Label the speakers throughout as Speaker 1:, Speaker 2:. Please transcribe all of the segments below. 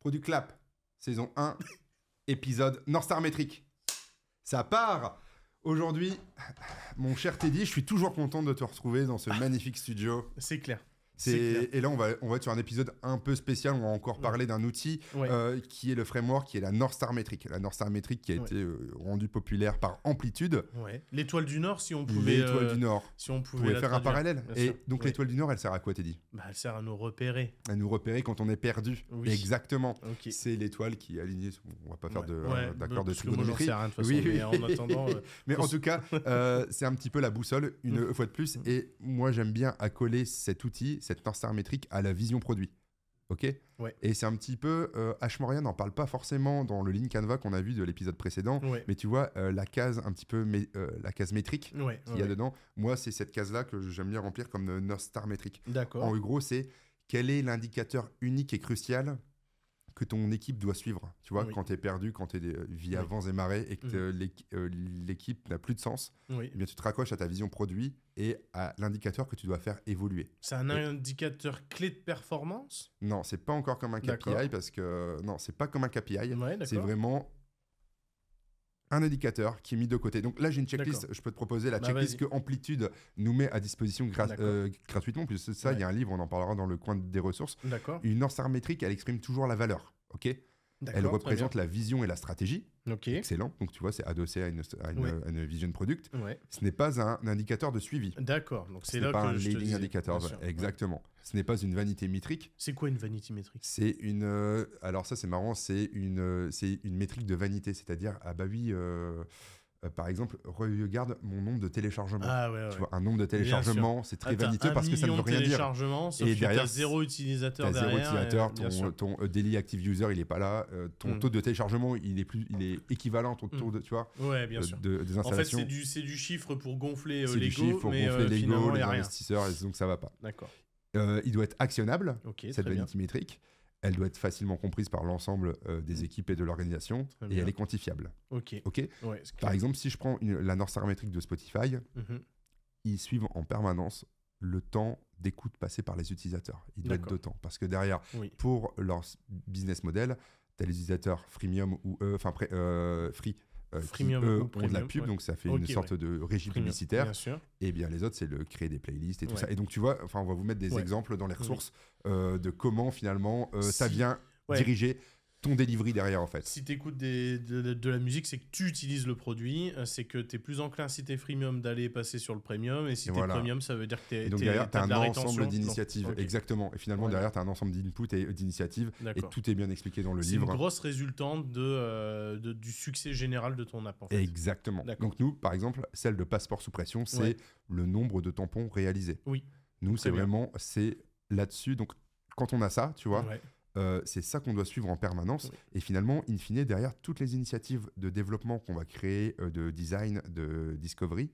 Speaker 1: Produit Clap, saison 1, épisode North Star Métrique. Ça part Aujourd'hui, mon cher Teddy, je suis toujours content de te retrouver dans ce magnifique studio.
Speaker 2: C'est clair.
Speaker 1: C'est-
Speaker 2: Ah, C'est clair. Mm.
Speaker 1: Et là, on va, on va être sur un épisode un peu spécial. On va encore
Speaker 2: Ouais.
Speaker 1: parler d'un outil
Speaker 2: Ouais.
Speaker 1: euh, qui est le framework, qui est la North Star Métrique. La North Star Métrique qui a
Speaker 2: Ouais.
Speaker 1: été euh, rendue populaire par Amplitude,
Speaker 2: Ouais. L'étoile du Nord, si on pouvait,
Speaker 1: l'étoile
Speaker 2: euh,
Speaker 1: du Nord.
Speaker 2: si on
Speaker 1: Vous
Speaker 2: pouvait
Speaker 1: pouvez
Speaker 2: la
Speaker 1: faire un
Speaker 2: traduire.
Speaker 1: parallèle.
Speaker 2: bien
Speaker 1: Et
Speaker 2: sûr.
Speaker 1: donc,
Speaker 2: Ouais.
Speaker 1: l'étoile du Nord, elle sert à quoi, Teddy
Speaker 2: Bah, elle sert à nous repérer.
Speaker 1: À nous repérer quand on est perdu.
Speaker 2: Oui.
Speaker 1: Exactement.
Speaker 2: Ok.
Speaker 1: C'est l'étoile qui est alignée. sur- On va pas faire
Speaker 2: Ouais.
Speaker 1: de- euh,
Speaker 2: Ouais, Bah,
Speaker 1: d'accord de
Speaker 2: parce que moi, j'en
Speaker 1: trigonométrie.
Speaker 2: sais rien, de toute façon,
Speaker 1: Oui, oui.
Speaker 2: mais en attendant, euh,
Speaker 1: Mais en
Speaker 2: Cons-
Speaker 1: tout cas, euh, c'est un petit peu la boussole, une fois de plus.
Speaker 2: Mm.
Speaker 1: Et moi, j'aime bien accoler cet outil, cette North Star métrique, à la vision produit. OK
Speaker 2: Ouais.
Speaker 1: Et c'est un petit peu. Euh, Ash Moria n'en parle pas forcément dans le Lean Canva qu'on a vu de l'épisode précédent.
Speaker 2: ouais.
Speaker 1: Mais tu vois, euh, la case un petit peu. mé- euh, la case métrique
Speaker 2: Ouais, ouais,
Speaker 1: qu'il y a dedans, moi, c'est cette case-là que j'aime bien remplir comme euh, North Star métrique.
Speaker 2: D'accord.
Speaker 1: En gros, c'est quel est l'indicateur unique et crucial que ton équipe doit suivre. Tu vois,
Speaker 2: Oui.
Speaker 1: quand tu es perdu, quand tu es vie à
Speaker 2: Oui.
Speaker 1: vents et marées et que
Speaker 2: Mhm.
Speaker 1: euh, l'équ- euh, l'équipe n'a plus de sens,
Speaker 2: Oui.
Speaker 1: eh bien, tu te raccroches à ta vision produit et à l'indicateur que tu dois faire évoluer.
Speaker 2: C'est un
Speaker 1: Et-
Speaker 2: indicateur clé de performance.
Speaker 1: Non, c'est pas encore comme un KPI
Speaker 2: D'accord.
Speaker 1: parce que non, c'est pas comme un KPI.
Speaker 2: Ouais,
Speaker 1: c'est
Speaker 2: d'accord.
Speaker 1: vraiment un indicateur qui est mis de côté. Donc là, j'ai une checklist. Je peux te proposer la
Speaker 2: Bah,
Speaker 1: checklist que
Speaker 2: vas-y.
Speaker 1: Amplitude nous met à disposition gra-
Speaker 2: D'accord.
Speaker 1: euh, gratuitement. Plus de ça, il y a un livre, on en parlera dans le coin des ressources.
Speaker 2: D'accord.
Speaker 1: Une North Star métrique, elle exprime toujours la valeur. Ok Elle
Speaker 2: D'accord, très
Speaker 1: représente la vision et la stratégie.
Speaker 2: bien. Ok.
Speaker 1: Excellent. Donc tu vois, c'est adossé à une, à une-
Speaker 2: Oui.
Speaker 1: à une vision de product.
Speaker 2: Ouais.
Speaker 1: Ce n'est pas un indicateur de suivi.
Speaker 2: D'accord. Donc
Speaker 1: Ce
Speaker 2: c'est
Speaker 1: n'est
Speaker 2: là
Speaker 1: pas
Speaker 2: que
Speaker 1: un
Speaker 2: je te
Speaker 1: leading
Speaker 2: disais.
Speaker 1: indicator.
Speaker 2: Bien sûr.
Speaker 1: Exactement. Ce n'est pas une vanité métrique.
Speaker 2: C'est quoi une vanity métrique
Speaker 1: C'est une. euh, alors ça, c'est marrant. C'est une. euh, c'est une métrique de vanité. C'est-à-dire, ah bah oui. euh, euh, par exemple, regarde mon nombre de téléchargements.
Speaker 2: Ah ouais. ouais.
Speaker 1: Tu vois, un nombre de
Speaker 2: sûr.
Speaker 1: téléchargements, c'est très
Speaker 2: Ah, t'as
Speaker 1: vaniteux
Speaker 2: un
Speaker 1: parce que ça ne
Speaker 2: million
Speaker 1: veut
Speaker 2: de
Speaker 1: rien dire.
Speaker 2: téléchargements, sauf
Speaker 1: Et
Speaker 2: que
Speaker 1: derrière,
Speaker 2: t'as zéro utilisateur
Speaker 1: T'as zéro
Speaker 2: derrière. et-
Speaker 1: utilisateur,
Speaker 2: bien
Speaker 1: ton,
Speaker 2: sûr.
Speaker 1: ton euh, daily active user il est pas là, euh, ton
Speaker 2: Mm.
Speaker 1: taux de téléchargement il est plus, il est équivalent au taux
Speaker 2: Mm.
Speaker 1: de, tu vois,
Speaker 2: Ouais, bien
Speaker 1: de-
Speaker 2: sûr.
Speaker 1: de- des
Speaker 2: En fait,
Speaker 1: installations.
Speaker 2: c'est du, c'est du chiffre pour gonfler euh,
Speaker 1: C'est du
Speaker 2: l'ego,
Speaker 1: chiffre pour
Speaker 2: mais
Speaker 1: gonfler
Speaker 2: euh,
Speaker 1: les
Speaker 2: finalement,
Speaker 1: go,
Speaker 2: il n'y
Speaker 1: les
Speaker 2: a rien.
Speaker 1: investisseurs, et donc ça va pas.
Speaker 2: D'accord.
Speaker 1: Euh, il doit être actionnable,
Speaker 2: Ok, très
Speaker 1: cette
Speaker 2: bien.
Speaker 1: vanity métrique. Elle doit être facilement comprise par l'ensemble euh, des équipes et de l'organisation
Speaker 2: Mm. Très
Speaker 1: et
Speaker 2: bien.
Speaker 1: elle est quantifiable.
Speaker 2: Ok.
Speaker 1: Ok.
Speaker 2: Ouais, c'est
Speaker 1: Par
Speaker 2: clair.
Speaker 1: exemple, si je prends une- la North Star métrique de Spotify,
Speaker 2: Mhm.
Speaker 1: ils suivent en permanence le temps d'écoute passé par les utilisateurs. Il doit être
Speaker 2: D'accord.
Speaker 1: de temps parce que derrière,
Speaker 2: Oui.
Speaker 1: pour leur s- business model, tu as les utilisateurs freemium ou euh, enfin pré- euh, free. euh, qui,
Speaker 2: Freemium
Speaker 1: eux,
Speaker 2: ou
Speaker 1: ont de la
Speaker 2: premium,
Speaker 1: pub,
Speaker 2: ouais.
Speaker 1: donc ça fait
Speaker 2: Ok,
Speaker 1: une sorte de régie
Speaker 2: Premium,
Speaker 1: publicitaire.
Speaker 2: Bien sûr.
Speaker 1: Et bien les autres, c'est le créer des playlists et tout
Speaker 2: Ouais.
Speaker 1: ça. Et donc tu vois, enfin, on va vous mettre des
Speaker 2: Ouais.
Speaker 1: exemples dans les
Speaker 2: Oui.
Speaker 1: ressources euh, de comment finalement euh, ça
Speaker 2: Si-
Speaker 1: vient
Speaker 2: Ouais.
Speaker 1: diriger ton delivery derrière en fait.
Speaker 2: Si tu écoutes de, de la musique, c'est que tu utilises le produit, euh, c'est que tu es plus enclin, si tu es freemium, d'aller passer sur le premium, et si
Speaker 1: Et
Speaker 2: tu es
Speaker 1: voilà.
Speaker 2: premium, ça veut dire que tu
Speaker 1: Et donc derrière, tu as un ensemble d'initiatives. Exactement. Et finalement,
Speaker 2: Ouais.
Speaker 1: derrière, tu as un ensemble d'inputs et euh, d'initiatives. Et
Speaker 2: D'accord.
Speaker 1: tout est bien expliqué dans le
Speaker 2: C'est une
Speaker 1: livre.
Speaker 2: grosse résultante de, euh, de- du succès général de ton app. en fait.
Speaker 1: Exactement.
Speaker 2: D'accord.
Speaker 1: Donc nous, par exemple, celle de passeport sous pression, c'est
Speaker 2: Ouais.
Speaker 1: le nombre de tampons réalisés.
Speaker 2: Oui.
Speaker 1: Nous,
Speaker 2: Très
Speaker 1: c'est
Speaker 2: bien.
Speaker 1: vraiment, c'est là-dessus. Donc quand on a ça, tu vois,
Speaker 2: Ouais.
Speaker 1: euh, c'est ça qu'on doit suivre en permanence.
Speaker 2: Oui.
Speaker 1: Et finalement, in fine, derrière toutes les initiatives de développement qu'on va créer, euh, de design, de discovery,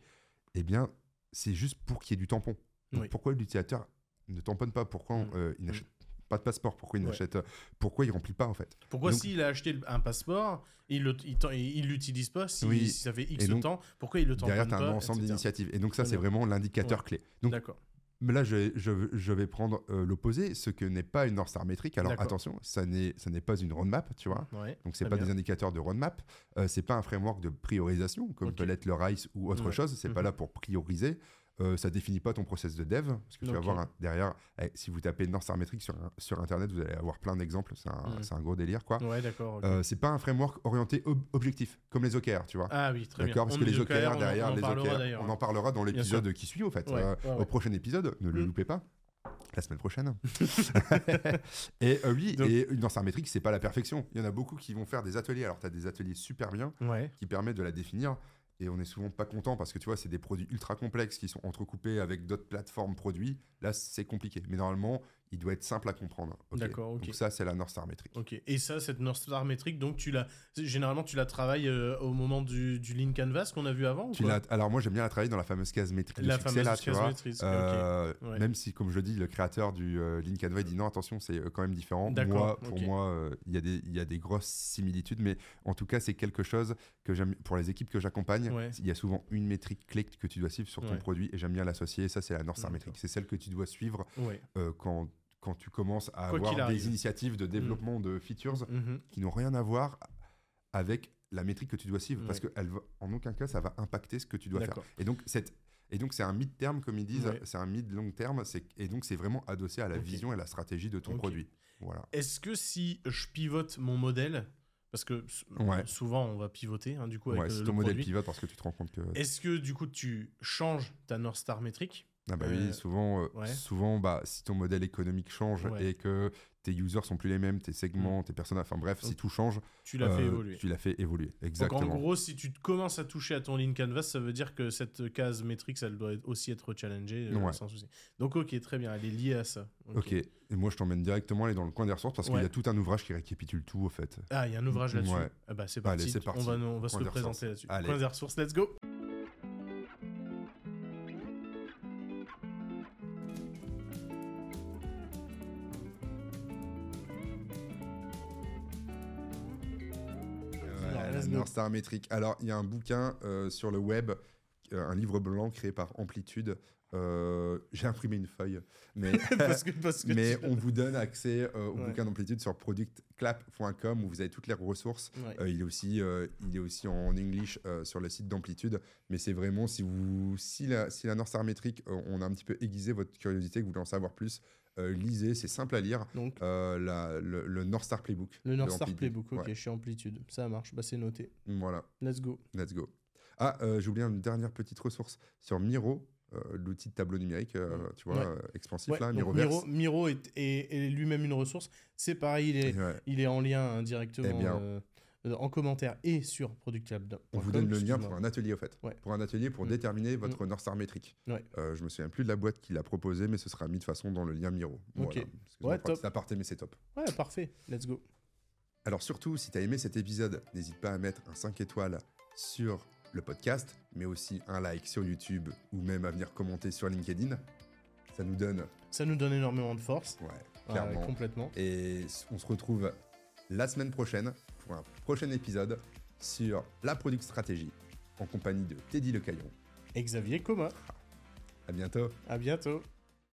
Speaker 1: eh bien, c'est juste pour qu'il y ait du tampon. Donc,
Speaker 2: Oui.
Speaker 1: Pourquoi l'utilisateur ne tamponne pas Pourquoi
Speaker 2: Mm.
Speaker 1: euh, il n'achète pas de passeport Pourquoi il
Speaker 2: Ouais.
Speaker 1: n'achète euh, Pourquoi il remplit pas en fait
Speaker 2: Pourquoi
Speaker 1: Donc-
Speaker 2: s'il a acheté le- un passeport, il le- il t'en- il l'utilise pas, si,
Speaker 1: Oui.
Speaker 2: si ça fait X
Speaker 1: Et donc,
Speaker 2: temps, pourquoi il le tamponne
Speaker 1: Derrière, tu as
Speaker 2: pas
Speaker 1: un ensemble
Speaker 2: etc.
Speaker 1: d'initiatives. Et donc ça,
Speaker 2: Très
Speaker 1: c'est
Speaker 2: bien.
Speaker 1: vraiment l'indicateur clé. Donc
Speaker 2: D'accord.
Speaker 1: Mais Là, je, je- je vais prendre euh, l'opposé, ce que n'est pas une North Star métrique. Alors
Speaker 2: D'accord.
Speaker 1: attention, ça n'est ça n'est pas une roadmap, tu vois.
Speaker 2: Ouais.
Speaker 1: Donc c'est
Speaker 2: Très
Speaker 1: pas
Speaker 2: bien.
Speaker 1: des indicateurs de roadmap, euh, c'est pas un framework de priorisation comme
Speaker 2: Ok.
Speaker 1: peut l'être le RICE ou autre
Speaker 2: Ouais.
Speaker 1: chose. C'est pas
Speaker 2: Mhm.
Speaker 1: là pour prioriser. Euh, ça définit pas ton process de dev parce que tu vas
Speaker 2: Ok.
Speaker 1: voir un- derrière. eh, si vous tapez North Star métrique sur sur internet, vous allez avoir plein d'exemples. C'est un,
Speaker 2: Mhm.
Speaker 1: c'est un gros délire quoi.
Speaker 2: Ouais, d'accord. ok.
Speaker 1: Euh, c'est pas un framework orienté ob- objectif comme les OKR, tu vois.
Speaker 2: ah oui, très bien.
Speaker 1: D'accord, parce
Speaker 2: On
Speaker 1: que
Speaker 2: est
Speaker 1: les
Speaker 2: OKR, on
Speaker 1: OKR
Speaker 2: en-
Speaker 1: derrière,
Speaker 2: on en
Speaker 1: les
Speaker 2: parlera
Speaker 1: OKR,
Speaker 2: d'ailleurs. hein.
Speaker 1: on en parlera dans l'épisode qui suit, au fait.
Speaker 2: Ouais,
Speaker 1: Euh,
Speaker 2: ouais,
Speaker 1: Au
Speaker 2: Ah ouais.
Speaker 1: prochain épisode, ne le
Speaker 2: Mm.
Speaker 1: loupez pas. La semaine prochaine. et euh, oui,
Speaker 2: Donc-
Speaker 1: et une danse métrique, c'est pas la perfection. Il y en a beaucoup qui vont faire des ateliers. Alors, tu as des ateliers super bien
Speaker 2: Ouais.
Speaker 1: qui permettent de la définir. Et on est souvent pas content parce que tu vois, c'est des produits ultra complexes qui sont entrecoupés avec d'autres plateformes produits. Là, c'est compliqué. Mais normalement, il doit être simple à comprendre. Ok.
Speaker 2: D'accord, ok.
Speaker 1: Donc, ça, c'est la North Star métrique.
Speaker 2: Ok. Et ça, cette North Star métrique, donc tu la, généralement tu la travailles euh, au moment du, du Lean Canvas qu'on a vu avant. ou
Speaker 1: Tu
Speaker 2: quoi
Speaker 1: l'as- Alors, moi, j'aime bien la travailler dans la fameuse case métrique. de
Speaker 2: La
Speaker 1: succès,
Speaker 2: fameuse
Speaker 1: là, tu
Speaker 2: case
Speaker 1: vois.
Speaker 2: maîtrise. ok.
Speaker 1: Euh,
Speaker 2: Ouais.
Speaker 1: Même si, comme je le dis, le créateur du euh, Lean Canva il dit non, attention, c'est euh, quand même différent. Moi,
Speaker 2: D'accord,
Speaker 1: pour
Speaker 2: ok.
Speaker 1: moi, euh, il y a des- il y, a des grosses similitudes, mais en tout cas, c'est quelque chose que j'aime pour les équipes que j'accompagne.
Speaker 2: Ouais.
Speaker 1: Il y a souvent une métrique clé que tu dois suivre sur ton
Speaker 2: Ouais.
Speaker 1: produit et j'aime bien l'associer. Et ça, c'est la North Star
Speaker 2: D'accord.
Speaker 1: métrique. C'est celle que tu dois suivre
Speaker 2: Ouais.
Speaker 1: euh, quand, quand tu commences à
Speaker 2: Quoi qu'il
Speaker 1: avoir
Speaker 2: arrive. Mm.
Speaker 1: des initiatives de développement de features
Speaker 2: Mhm.
Speaker 1: qui n'ont rien à voir avec la métrique que tu dois suivre, parce
Speaker 2: Ouais.
Speaker 1: qu'en en aucun cas, ça va impacter ce que tu dois faire.
Speaker 2: D'accord.
Speaker 1: Et donc, cette- et donc, c'est un mid-terme, comme ils disent,
Speaker 2: Ouais.
Speaker 1: c'est un mid-long terme, c'est- et donc c'est vraiment adossé à la
Speaker 2: Ok.
Speaker 1: vision et la stratégie de ton
Speaker 2: Ok.
Speaker 1: produit. Voilà.
Speaker 2: Est-ce que si je pivote mon modèle, parce que s-
Speaker 1: Ouais.
Speaker 2: souvent on va pivoter hein, du coup avec
Speaker 1: Ouais,
Speaker 2: le,
Speaker 1: si
Speaker 2: le
Speaker 1: ton modèle
Speaker 2: produit,
Speaker 1: pivote parce que tu te rends compte que.
Speaker 2: est-ce que du coup tu changes ta North Star métrique
Speaker 1: Ah bah
Speaker 2: euh,
Speaker 1: oui, souvent, euh,
Speaker 2: ouais.
Speaker 1: souvent bah, si ton modèle économique change
Speaker 2: Ouais. Mm.
Speaker 1: et que tes users sont plus les mêmes, tes segments, tes personnages, enfin bref, si
Speaker 2: Donc,
Speaker 1: tout change,
Speaker 2: Tu l'as fait
Speaker 1: euh,
Speaker 2: évoluer.
Speaker 1: tu l'as fait évoluer.
Speaker 2: Donc
Speaker 1: Exactement.
Speaker 2: en gros, si tu te commences à toucher à ton lean canvas, ça veut dire que cette case métrique, elle doit être- aussi être challengée euh,
Speaker 1: Ouais.
Speaker 2: sans souci. Donc ok, très bien, elle est liée à ça.
Speaker 1: Ok, et moi je t'emmène directement aller dans le coin des ressources parce qu'il y
Speaker 2: Ouais.
Speaker 1: a tout un ouvrage qui récapitule tout au fait.
Speaker 2: Ah, il y a un ouvrage là-dessus.
Speaker 1: Ouais.
Speaker 2: Ah bah c'est
Speaker 1: Allez,
Speaker 2: parti.
Speaker 1: c'est parti.
Speaker 2: On va, on va se
Speaker 1: Coin
Speaker 2: le
Speaker 1: des
Speaker 2: présenter là-dessus.
Speaker 1: Allez.
Speaker 2: Coin des ressources, let's go.
Speaker 1: Voilà,
Speaker 2: let's
Speaker 1: la
Speaker 2: go.
Speaker 1: North Star métrique. Alors il y a un bouquin euh, sur le web, euh, un livre blanc créé par Amplitude. Euh, J'ai imprimé une feuille, mais
Speaker 2: parce que, parce que
Speaker 1: mais
Speaker 2: tu-
Speaker 1: on vous donne accès euh, au
Speaker 2: Ouais.
Speaker 1: bouquin d'amplitude sur productclap.com où vous avez toutes les ressources.
Speaker 2: Ouais.
Speaker 1: Euh, il, est aussi, euh, il est aussi en English euh, sur le site d'amplitude. Mais c'est vraiment, si, vous, si, la, si la North Star métrique, euh, on a un petit peu aiguisé votre curiosité, que vous voulez en savoir plus, euh, lisez, c'est simple à lire.
Speaker 2: Donc
Speaker 1: Euh, la- le, le North Star Playbook.
Speaker 2: le North
Speaker 1: de
Speaker 2: Star
Speaker 1: Amplitude.
Speaker 2: Playbook, ok, je suis amplitude. Ça marche, bah c'est noté.
Speaker 1: Ouais. Voilà,
Speaker 2: Let's go.
Speaker 1: let's go. Ah, euh, j'ai oublié une dernière petite ressource sur Miro, euh, l'outil de tableau numérique, euh,
Speaker 2: Mm.
Speaker 1: tu vois,
Speaker 2: Ouais.
Speaker 1: euh, expansif
Speaker 2: Ouais,
Speaker 1: là,
Speaker 2: donc
Speaker 1: Miroverse.
Speaker 2: Miro, Miro est, est- est lui-même une ressource. C'est pareil, il est,
Speaker 1: Et ouais.
Speaker 2: il est en lien hein, directement
Speaker 1: Eh bien.
Speaker 2: euh, euh, en commentaire et sur productlab.com.
Speaker 1: On vous donne le lien
Speaker 2: excuse-moi.
Speaker 1: pour un atelier, au fait.
Speaker 2: Ouais.
Speaker 1: Pour un atelier pour
Speaker 2: Mm.
Speaker 1: déterminer votre North Star métrique.
Speaker 2: Ouais.
Speaker 1: Euh, je me souviens plus de la boîte qui l'a proposé, mais ce sera mis de façon dans le lien Miro.
Speaker 2: Ok.
Speaker 1: Excuse-moi
Speaker 2: Ouais,
Speaker 1: pour la
Speaker 2: top.
Speaker 1: petite aparté, mais c'est top.
Speaker 2: Ouais, parfait. Let's go.
Speaker 1: Alors surtout, si tu as aimé cet épisode, n'hésite pas à mettre un 5 étoiles sur le podcast, mais aussi un like sur YouTube ou même à venir commenter sur LinkedIn. Ça nous donne...
Speaker 2: Ça nous donne énormément de force.
Speaker 1: Ouais,
Speaker 2: Ouais,
Speaker 1: clairement.
Speaker 2: complètement.
Speaker 1: Et on se retrouve la semaine prochaine pour un prochain épisode sur la Product Stratégie en compagnie de Teddy Lecaillon.
Speaker 2: Et Xavier Coma.
Speaker 1: À bientôt
Speaker 2: À bientôt.